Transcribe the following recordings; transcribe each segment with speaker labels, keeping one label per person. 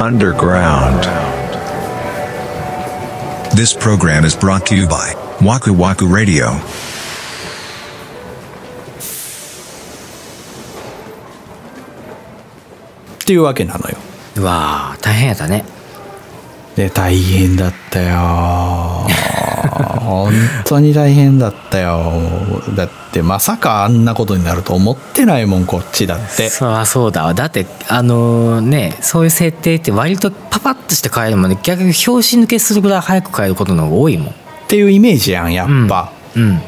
Speaker 1: underground.
Speaker 2: This program is brought to you by Waku Waku Radio.
Speaker 3: っていうわけなのよ
Speaker 4: うわー大変やったね
Speaker 3: で大変だっ たよ本当に大変だったよだってまさかあんなことになると思ってないもんこっちだって
Speaker 4: そりゃそうだわだってあのねそういう設定って割とパパッとして変えるもんね逆に拍子抜けするぐらい早く変えることの方が多いもん
Speaker 3: っていうイメージやんやっぱ、
Speaker 4: うん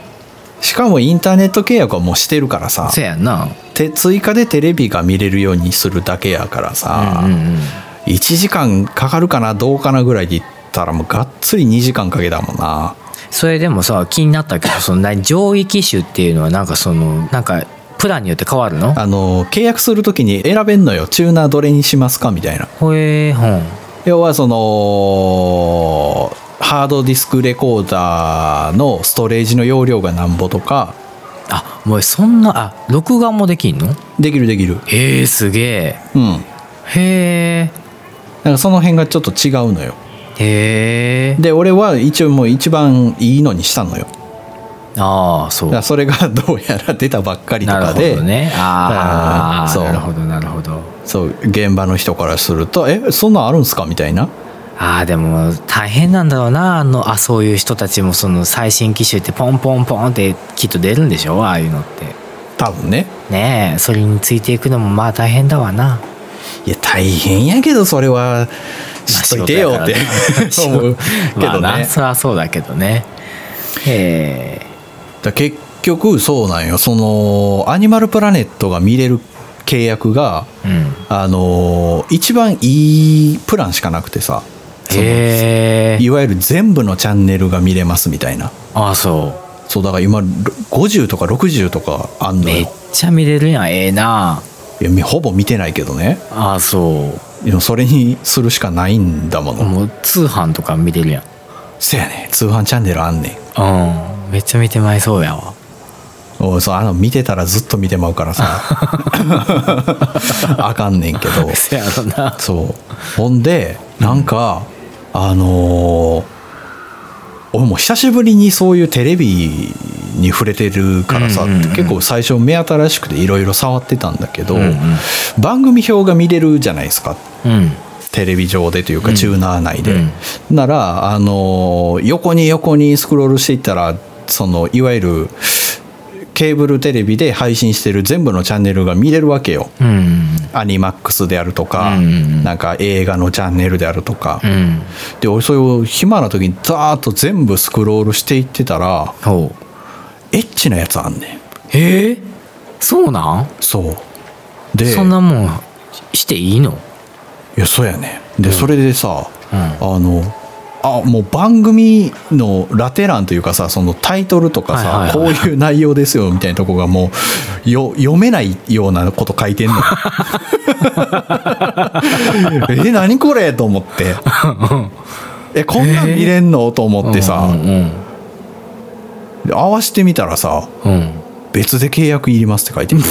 Speaker 3: しかもインターネット契約はもうしてるからさ
Speaker 4: そうやんな
Speaker 3: て追加でテレビが見れるようにするだけやからさ、
Speaker 4: うんうん
Speaker 3: 1時間かかるかなどうかなぐらいで言ったらもうがっつり2時間かけたもんな
Speaker 4: それでもさ気になったけどその何上位機種っていうのはなんかそのなんかプランによって変わるの
Speaker 3: あの契約する時に選べんのよチューナーどれにしますかみたいな
Speaker 4: ほえーほん
Speaker 3: 要はそのハードディスクレコーダーのストレージの容量がなんぼとか
Speaker 4: あもうそんなあ録画もできんの
Speaker 3: できるできる
Speaker 4: へえすげ
Speaker 3: うん
Speaker 4: えへ
Speaker 3: なんかその辺がちょっと違うのよ
Speaker 4: えへえ
Speaker 3: で俺は一応もう一番いいのにしたのよ
Speaker 4: ああそ
Speaker 3: だ
Speaker 4: う
Speaker 3: からそれがどうやら出たばっかりと
Speaker 4: なる
Speaker 3: か
Speaker 4: ほ
Speaker 3: で、
Speaker 4: どねあ
Speaker 3: うん
Speaker 4: あ
Speaker 3: そう
Speaker 4: なるほどなるほど
Speaker 3: そう現場の人からすると「えそんなんあるんすか?」みたいな
Speaker 4: ああでも大変なんだろうなあのあそういう人たちもその最新機種ってポンポンポンってきっと出るんでしょああいうのって
Speaker 3: 多分ね
Speaker 4: ねえそれについていくのもまあ大変だわない
Speaker 3: や大変やけどそれはしといてよって 思うけ
Speaker 4: まあ
Speaker 3: ど
Speaker 4: な
Speaker 3: ね
Speaker 4: そりゃそうだけどねええ
Speaker 3: だ結局そうなんよそのアニマルプラネットが見れる契約が
Speaker 4: うん
Speaker 3: あの一番いいプランしかなくてさその
Speaker 4: へえ
Speaker 3: いわゆる全部のチャンネルが見れますみたいな
Speaker 4: ああそ
Speaker 3: そうだから今ろ50とか60とかあん
Speaker 4: う
Speaker 3: の
Speaker 4: めっ
Speaker 3: よ
Speaker 4: ちゃ見れるやんええない
Speaker 3: やみほぼ見てないけどね
Speaker 4: ああそ
Speaker 3: でもそれにするしかないんだも
Speaker 4: う
Speaker 3: の、
Speaker 4: もう通販とか見れるやん
Speaker 3: せやね通販チャンネルあんねん
Speaker 4: うんめっちゃ見てまいそうやわ
Speaker 3: おいそうあの見てたらずっと見てまうからさあかんねんけど
Speaker 4: せやろな
Speaker 3: そうほんでなんか、あのー俺も久しぶりにそういうテレビに触れてるからさ、
Speaker 4: うんうんうん
Speaker 3: 結構最初目新しくていろいろ触ってたんだけど、
Speaker 4: うんうん
Speaker 3: 番組表が見れるじゃないですか
Speaker 4: うん
Speaker 3: テレビ上でというかチューナー内で、
Speaker 4: うん
Speaker 3: なら、あのー横に横にスクロールしていったらそのいわゆるケーブルテレビで配信してる全部のチャンネルが見れるわけよ
Speaker 4: うん
Speaker 3: アニマックスであると
Speaker 4: う
Speaker 3: か、
Speaker 4: んうんうん
Speaker 3: なんか映画のチャンネルであるとか、
Speaker 4: うん
Speaker 3: で俺それを暇な時にザーッと全部スクロールしていってたら
Speaker 4: ほう
Speaker 3: エッチなやつあんねん
Speaker 4: ええそうなん
Speaker 3: そうで
Speaker 4: そんなもんしていいの
Speaker 3: いやそうやねで、それでさ、
Speaker 4: うん
Speaker 3: あのあもう番組のラテ欄というかさそのタイトルとかさ、
Speaker 4: はいはいはい
Speaker 3: こういう内容ですよみたいなとこがもうよ読めないようなこと書い てんのえ何これと 思ってえこんなん見れんのと思ってさ、
Speaker 4: うんうん
Speaker 3: で合わしてみたらさ
Speaker 4: うん
Speaker 3: 別で契約いりますって書 いてる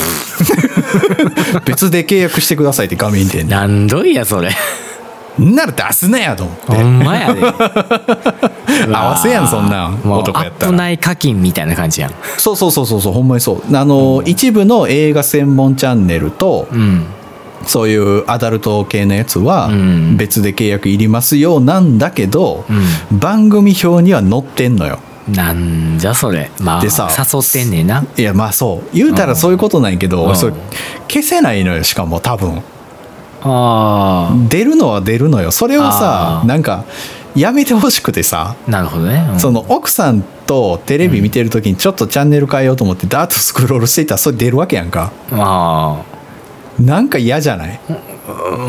Speaker 3: 別で契約してくださいって画面でな
Speaker 4: なんどいや それ
Speaker 3: んなら出すなやと思って
Speaker 4: ほんま やで
Speaker 3: 合わせやんそんなん
Speaker 4: もう
Speaker 3: 男やったら
Speaker 4: アップ内課金みたいな感じやん
Speaker 3: そうそうそうそうそうほんまにそうあの、一部の映画専門チャンネルと、
Speaker 4: うん
Speaker 3: そういうアダルト系のやつは
Speaker 4: うん
Speaker 3: 別で契約いりますよなんだけど、番組表には載ってんのよ
Speaker 4: なんじゃそれまあ
Speaker 3: でさ
Speaker 4: 誘ってんねんない
Speaker 3: やまあそう言うたらそういうことなんやけど、
Speaker 4: うん
Speaker 3: それ消せないのよしかも多分
Speaker 4: あ
Speaker 3: 出るのは出るのよそれを
Speaker 4: あ
Speaker 3: さ
Speaker 4: ー
Speaker 3: なんかやめてほしくてさ
Speaker 4: あなるほどね、うん
Speaker 3: その奥さんとテレビ見てる時にちょっとチャンネル変えようと思ってダーッとスクロールしていったらそれ出るわけやんか
Speaker 4: ま
Speaker 3: なんか嫌じゃない
Speaker 4: あ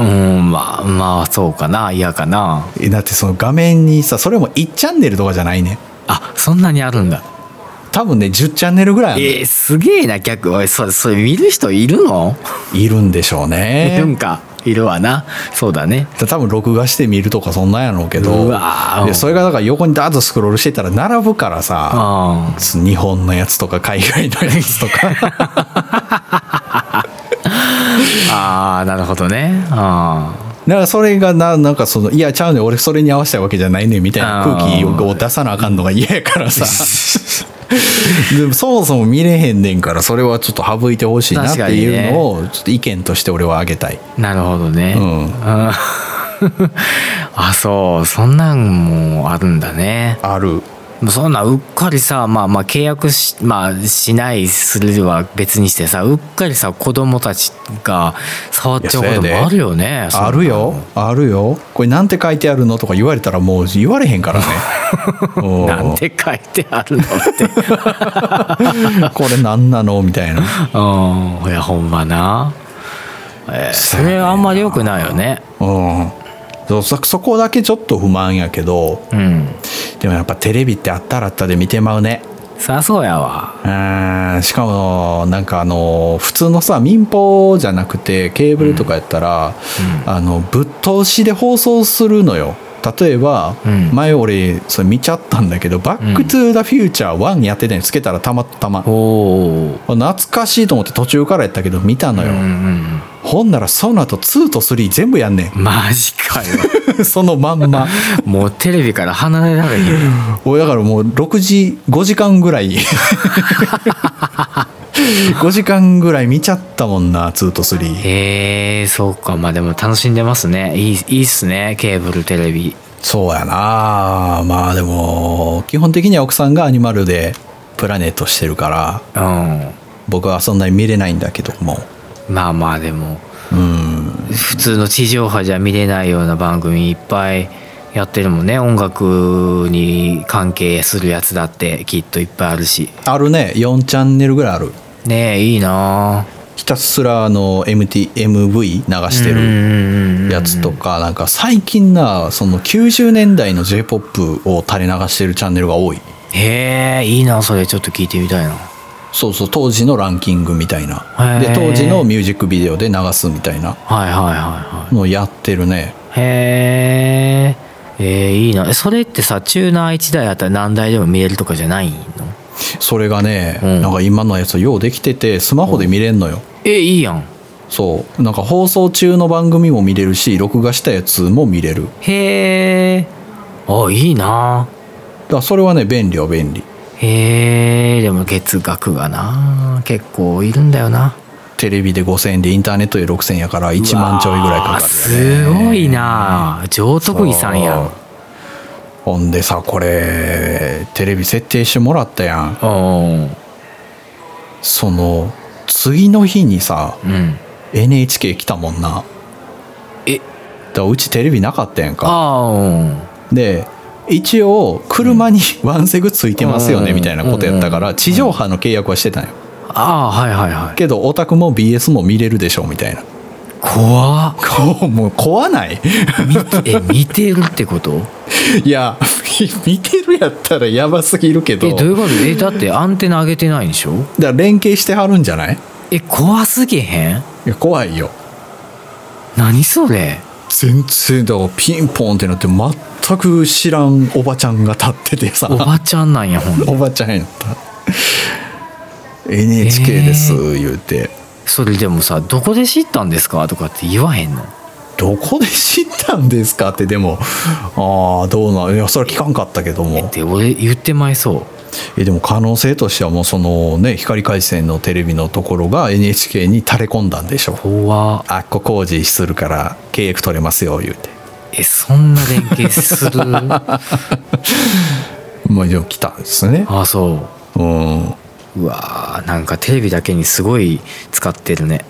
Speaker 4: うんまあまあそうかな嫌かな
Speaker 3: えだってその画面にさそれも1チャンネルとかじゃないね
Speaker 4: あそんなにあるんだ
Speaker 3: 多分ね10チャンネルぐらいあるの
Speaker 4: えー、すげえな逆おいそれそれ見る人いるの、
Speaker 3: いるんでしょう
Speaker 4: いる
Speaker 3: ね
Speaker 4: んかいるわなそうだね
Speaker 3: 多分録画して見るとかそんなんやろうけど
Speaker 4: うわー
Speaker 3: でそれがだから横にダーッとスクロールしてたら並ぶからさ
Speaker 4: あ
Speaker 3: 日本のやつとか海外のやつとか
Speaker 4: あーなるほどねあ
Speaker 3: だからそれがななんかそのいやちゃうねん俺それに合わせたわけじゃないねんみたいな空気を出さなあかんのが嫌やか らさでもそもそも見れへんねんからそれはちょっと省いてほしいなっていうのをちょっと意見として俺はあげたい、
Speaker 4: なるほどね、
Speaker 3: うん
Speaker 4: あーあそうそんなんもあるんだね
Speaker 3: ある
Speaker 4: もうそんなうっかりさまあまあ契約し,、まあ、しないするは別にしてさうっかりさ子供たちが触っちゃうこと
Speaker 3: いやそうやで
Speaker 4: もあるよねそんな
Speaker 3: あるよあるよこれなんて書いてあるのとか言われたらもう言われへんか らねおう
Speaker 4: なんて書いてあるのって
Speaker 3: これなんなのみたいな
Speaker 4: うんいやほんまな、えーそれはあんまり良くないよね
Speaker 3: うんそうそそこだけちょっと不満やけど
Speaker 4: うん
Speaker 3: でもやっぱテレビってあったらあったで見てまうね
Speaker 4: そりゃそうやわ
Speaker 3: うんしかもなんかあの普通のさ民放じゃなくてケーブルとかやったら、あのぶっ通しで放送するのよ例えば、
Speaker 4: うん
Speaker 3: 前俺それ見ちゃったんだけど「バック・トゥ・ザ・フューチャー1」やってたんつけたらたまたま
Speaker 4: おお
Speaker 3: 懐かしいと思って途中からやったけど見たのよ、
Speaker 4: うんうん
Speaker 3: ほんならその後2と3全部やんね
Speaker 4: マジかよ
Speaker 3: ん そのまんま
Speaker 4: もうテレビから離れられへん
Speaker 3: 俺だからもう6時5時間ぐらい 5時間ぐらい見ちゃったもんな2と3
Speaker 4: へえそうかまあでも楽しんでますねいいいいっすねケーブルテレビ
Speaker 3: そうやなまあでも基本的には奥さんがアニマルでプラネットしてるから
Speaker 4: うん
Speaker 3: 僕はそんなに見れないんだけども
Speaker 4: まあまあでも
Speaker 3: うん
Speaker 4: 普通の地上波じゃ見れないような番組いっぱいやってるもんね音楽に関係するやつだってきっといっぱいあるし
Speaker 3: あるね4チャンネルぐらいある
Speaker 4: ねえいいな
Speaker 3: ひたすらあの MT MV 流して
Speaker 4: うん
Speaker 3: る
Speaker 4: うんうん
Speaker 3: やつとかなんか最近なその90年代の j p o p を垂れ流してるチャンネルが多い
Speaker 4: へえいいなそれちょっと聞いてみたいな
Speaker 3: そうそう当時のランキングみたいな
Speaker 4: へー
Speaker 3: で当時のミュージックビデオで流すみたいな
Speaker 4: はいはいはいは
Speaker 3: のをやってるね
Speaker 4: いへええー、いいなえそれってさチューナー1台あったら何台でも見れるとかじゃないの
Speaker 3: それがね、
Speaker 4: うん
Speaker 3: なんか今のやつようできててスマホで見れんのよ、
Speaker 4: えいいやん
Speaker 3: そうなんか放送中の番組も見れるし録画したやつも見れる
Speaker 4: へえあいいな
Speaker 3: だからそれはね便利は便利
Speaker 4: へえでも月額がな結構いるんだよな
Speaker 3: テレビで5000円でインターネットで6000円やから1万ちょいぐらいかか
Speaker 4: あ
Speaker 3: るよね
Speaker 4: すごいな上徳義さんやん
Speaker 3: ほんでさこれテレビ設定してもらったやん
Speaker 4: うん
Speaker 3: その次の日にさ
Speaker 4: うん
Speaker 3: NHK 来たもんな
Speaker 4: え
Speaker 3: だからうちテレビなかったやんか
Speaker 4: ああうん
Speaker 3: で一応車にワンセグついてますよね
Speaker 4: うん
Speaker 3: みたいなことやったか
Speaker 4: う
Speaker 3: ら地上波の契約はしてたんよ
Speaker 4: ああはいはいはい
Speaker 3: けどオタクも BS も見れるでしょみたいな
Speaker 4: 怖っ
Speaker 3: こうもう怖ない
Speaker 4: みえ見てるってこと
Speaker 3: いや 見てるやったらやばすぎるけど
Speaker 4: えどういうことえだってアンテナ上げてないんでしょ
Speaker 3: だから連携してはるんじゃない
Speaker 4: え怖すぎへん
Speaker 3: いや怖いよ
Speaker 4: 何それ
Speaker 3: 全然だからピンポンってなって全く知らんおばちゃんが立っててさ
Speaker 4: おばちゃんなんやほんと
Speaker 3: おばちゃんやった NHK です、言うて
Speaker 4: それでもさ「どこで知ったんですか?」とかって言わへんの
Speaker 3: どこで知ったんですかってでもああどうなんいやそれは聞かんかったけども
Speaker 4: って俺言ってまいそう
Speaker 3: えでも可能性としてはもうそのね光回線のテレビのところが NHK に垂れ込んだんでしょ
Speaker 4: 怖っ
Speaker 3: あっこ工事するから契約取れますよ言うて
Speaker 4: えそんな連携す るあ
Speaker 3: まあでも来たんですね
Speaker 4: あそ
Speaker 3: うん
Speaker 4: ううわーなんかテレビだけにすごい使ってるね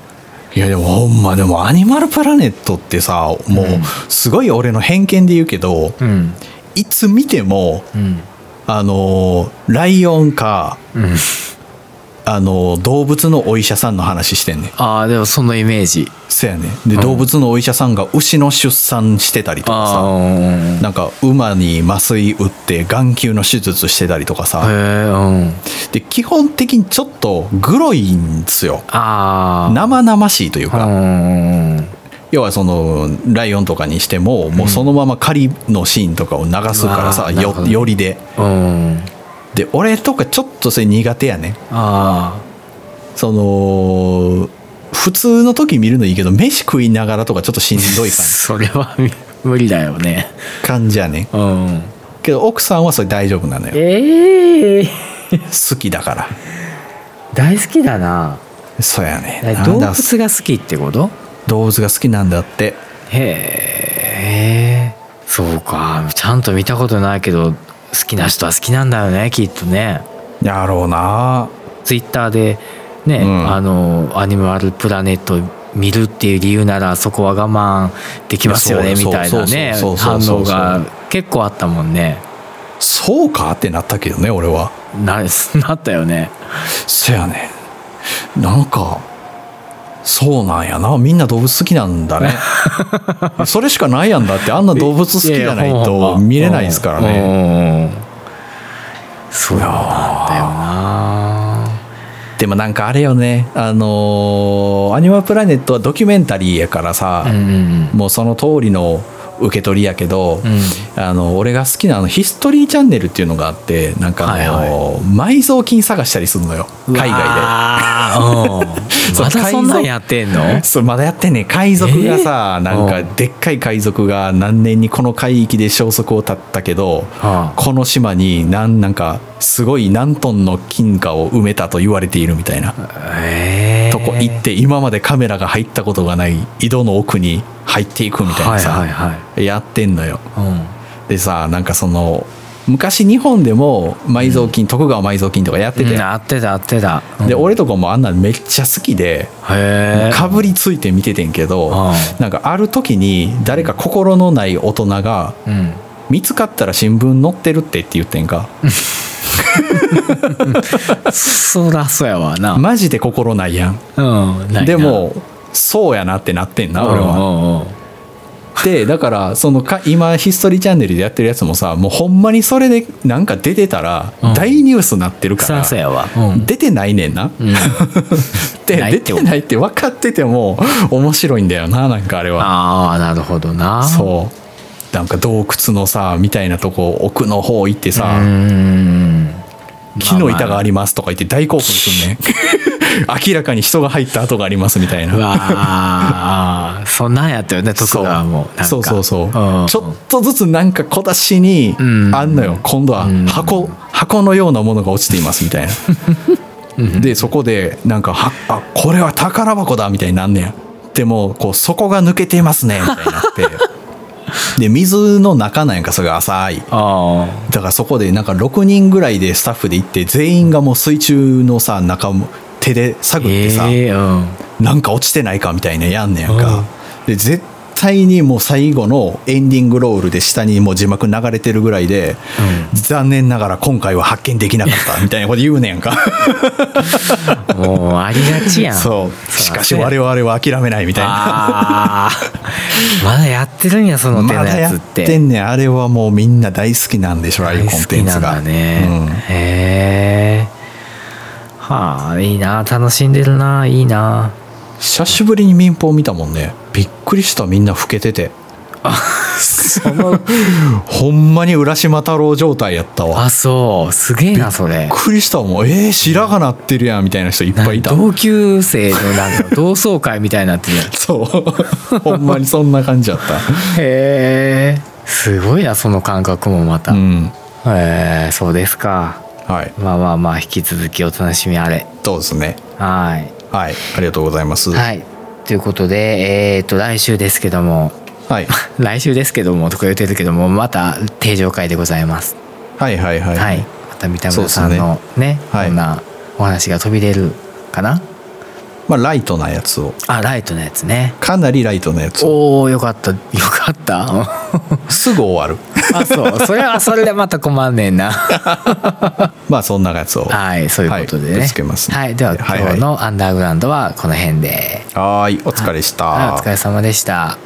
Speaker 3: いやでもほんまでもアニマルプラネットってさもうすごい俺の偏見で言うけど、
Speaker 4: うん
Speaker 3: いつ見ても
Speaker 4: うん
Speaker 3: あのーライオンか
Speaker 4: うん
Speaker 3: あのー動物のお医者さんの話してんねん
Speaker 4: ああでもそのイメージ
Speaker 3: そやねんで、動物のお医者さんが牛の出産してたりとか
Speaker 4: ああ
Speaker 3: さ
Speaker 4: うんうんうん
Speaker 3: なんか馬に麻酔打って眼球の手術してたりとか
Speaker 4: へ
Speaker 3: さ
Speaker 4: えうん
Speaker 3: で基本的にちょっとグロいんすよ
Speaker 4: ああ
Speaker 3: 生々しいという
Speaker 4: う
Speaker 3: か
Speaker 4: んうんうん
Speaker 3: 要はそのライオンとかにしてももうそのまま狩りのシーンとかを流すからさ、
Speaker 4: うんうわーなるほ
Speaker 3: よ
Speaker 4: ど
Speaker 3: よりで
Speaker 4: うん
Speaker 3: で俺とかちょっとそれ苦手やねん
Speaker 4: あ
Speaker 3: その普通の時見るのいいけど飯食いながらとかちょっとしんど い感じ
Speaker 4: それは無理だよね
Speaker 3: 感じやね
Speaker 4: うん
Speaker 3: けど奥さんはそれ大丈夫なのよ
Speaker 4: ええー、
Speaker 3: 好きだから
Speaker 4: 大好きだな
Speaker 3: そうやね
Speaker 4: え
Speaker 3: なん
Speaker 4: 動
Speaker 3: だ
Speaker 4: 物が好きってこと
Speaker 3: 動物が好きなんだって
Speaker 4: へえそうかちゃんと見たことないけど好きな人は好きなんだよねきっとね
Speaker 3: やろうな
Speaker 4: ツイッターでね、
Speaker 3: うん
Speaker 4: あのアニマルプラネット見るっていう理由ならそこは我慢できますよね
Speaker 3: そう
Speaker 4: みたいなね
Speaker 3: そうそ
Speaker 4: 反
Speaker 3: うそうそうそう
Speaker 4: 応が結構あったもんね
Speaker 3: そうかってなったけどね俺は
Speaker 4: ななったよね
Speaker 3: そやねなんかそうなんやなみんな動物好きなんだね それしかないやんだってあんな動物好きじゃ
Speaker 4: や
Speaker 3: ない
Speaker 4: やほんまほ
Speaker 3: と
Speaker 4: んま
Speaker 3: 見れないですから
Speaker 4: うん
Speaker 3: ね
Speaker 4: うんうんそうなんだよな
Speaker 3: でもなんかあれよねあのーアニマルプラネット」はドキュメンタリーやからさ、
Speaker 4: うんうん
Speaker 3: もうその通りの受け取りやけど、
Speaker 4: う
Speaker 3: あの俺が好きなあのヒストリーチャンネルっていうのがあってなんかあの、埋蔵金探したりするのよ
Speaker 4: うん
Speaker 3: 海外
Speaker 4: 外で
Speaker 3: そう
Speaker 4: またそんなんやってんの
Speaker 3: で。そうまだやってんねん海賊がさ、
Speaker 4: えー
Speaker 3: なんか
Speaker 4: うん
Speaker 3: でっかい海賊が何年にこの海域で消息を絶ったけど、
Speaker 4: ああ
Speaker 3: この島になんなんかすごい何トンの金貨を埋めたと言われているみたいな
Speaker 4: えー
Speaker 3: とこ行って今までカメラが入ったことがない井戸の奥に入っていくみたいなさ、
Speaker 4: はいはい
Speaker 3: やってんのよ。
Speaker 4: はい
Speaker 3: でさなんかその昔日本でも埋蔵金、徳川埋蔵金とかやって
Speaker 4: うん、
Speaker 3: て、
Speaker 4: うんあってたあってた、うん
Speaker 3: で俺とかもあんなんめっちゃ好きで、
Speaker 4: へえ
Speaker 3: かぶりついて見ててんけど、
Speaker 4: う
Speaker 3: なんかある時に誰か心のない大人が
Speaker 4: うん
Speaker 3: 「見つかったら新聞載ってるって」って言ってんか
Speaker 4: そらそうやわな、
Speaker 3: マジで心ないやん
Speaker 4: うんないな
Speaker 3: でもそうやなってなってんな俺は。
Speaker 4: うんうんうん
Speaker 3: でだからそのか今ヒストリーチャンネルでやってるやつもさもうほんまにそれでなんか出てたら
Speaker 4: うん
Speaker 3: 大ニュースになってるか
Speaker 4: そ
Speaker 3: ら、
Speaker 4: らそうやわ、うん
Speaker 3: 出てないねんな、
Speaker 4: うん
Speaker 3: で
Speaker 4: ない
Speaker 3: 出
Speaker 4: って
Speaker 3: て
Speaker 4: こと
Speaker 3: ないって分かってても面白いんだよななんかあれは
Speaker 4: ああなるほどな
Speaker 3: そうなんか洞窟のさみたいなとこ奥の方行って
Speaker 4: う
Speaker 3: さ
Speaker 4: ん
Speaker 3: 「木の板があります」とか言って大興奮す るね明らかに人が入った跡がありますみたいうな
Speaker 4: わあそんなんやったよね徳川もなんか
Speaker 3: そうそうそう
Speaker 4: うん
Speaker 3: ちょっとずつなんか小出しに
Speaker 4: うん
Speaker 3: あんのよ今度は
Speaker 4: ん
Speaker 3: 箱箱のようなものが落ちていますみたいなでそこでなんかはあこれは宝箱だみたいになんねやでもこう底が抜けてますねみたいになって で水の中なんやんかそれが浅い
Speaker 4: ああ
Speaker 3: だからそこでなんか6人ぐらいでスタッフで行って全員がもう水中のさ中も手で探ってさ、
Speaker 4: ええうん
Speaker 3: なんか落ちてないかみたいなやんねや
Speaker 4: う
Speaker 3: んか
Speaker 4: ん、
Speaker 3: で絶対にもう最後のエンディングロールで下にもう字幕流れてるぐらいで、残念ながら今回は発見できなかったみたいなこと言うねやん か
Speaker 4: もうありがちやん
Speaker 3: そうしかし
Speaker 4: 我
Speaker 3: 我々は諦めないみたいな
Speaker 4: あー まだやってるんやその
Speaker 3: ま
Speaker 4: 手の
Speaker 3: だ
Speaker 4: や
Speaker 3: や
Speaker 4: つっ
Speaker 3: っててんねんあれはもうみんな大好きなんでしょああいう
Speaker 4: 大
Speaker 3: コン
Speaker 4: 好
Speaker 3: テ
Speaker 4: き
Speaker 3: ン
Speaker 4: な
Speaker 3: ツ
Speaker 4: ん
Speaker 3: が
Speaker 4: だね、へえはあいいな楽しんでるないいな
Speaker 3: うん、久しぶりに民放見たもんねびっくりしたみんな老けてて
Speaker 4: その
Speaker 3: ほんまに浦島太郎状態やったわ
Speaker 4: あそうすげえなそ
Speaker 3: び
Speaker 4: れ
Speaker 3: っくりしたもんえー、白髪なってるやんみたいな人いっぱいいた
Speaker 4: 同級生のなんか同窓会みたいになってるやん
Speaker 3: そう ほんまにそんな感じやっ
Speaker 4: へえすごいなその感覚もまた、
Speaker 3: た うん
Speaker 4: へえそうですか
Speaker 3: はい
Speaker 4: まあまあまあ引き続きお楽しみあれ
Speaker 3: そうですね
Speaker 4: はい
Speaker 3: はいありがとうございますはい、
Speaker 4: はいということでえっ、と来週ですけども
Speaker 3: はい、
Speaker 4: 来週ですけどもとか言ってるけどもまた定常会でございます
Speaker 3: はいはいはい
Speaker 4: はい、また三田村さんのね
Speaker 3: はい
Speaker 4: こんなお話が飛び出るかな
Speaker 3: まあライトなやつを
Speaker 4: あライトのやつね
Speaker 3: かなりライトなやつを
Speaker 4: おおよかったよかった
Speaker 3: すぐ終わる
Speaker 4: あ そうそれはそれでまた困んねんな
Speaker 3: まあそんなやつをは
Speaker 4: はいそういうことでね、
Speaker 3: はい
Speaker 4: は
Speaker 3: ぶ
Speaker 4: い、
Speaker 3: つけますね
Speaker 4: では
Speaker 3: はいはい
Speaker 4: 今日の「アンダーグラウンド」はこの辺で、
Speaker 3: ーいお疲れした、
Speaker 4: はい、お疲れ様でした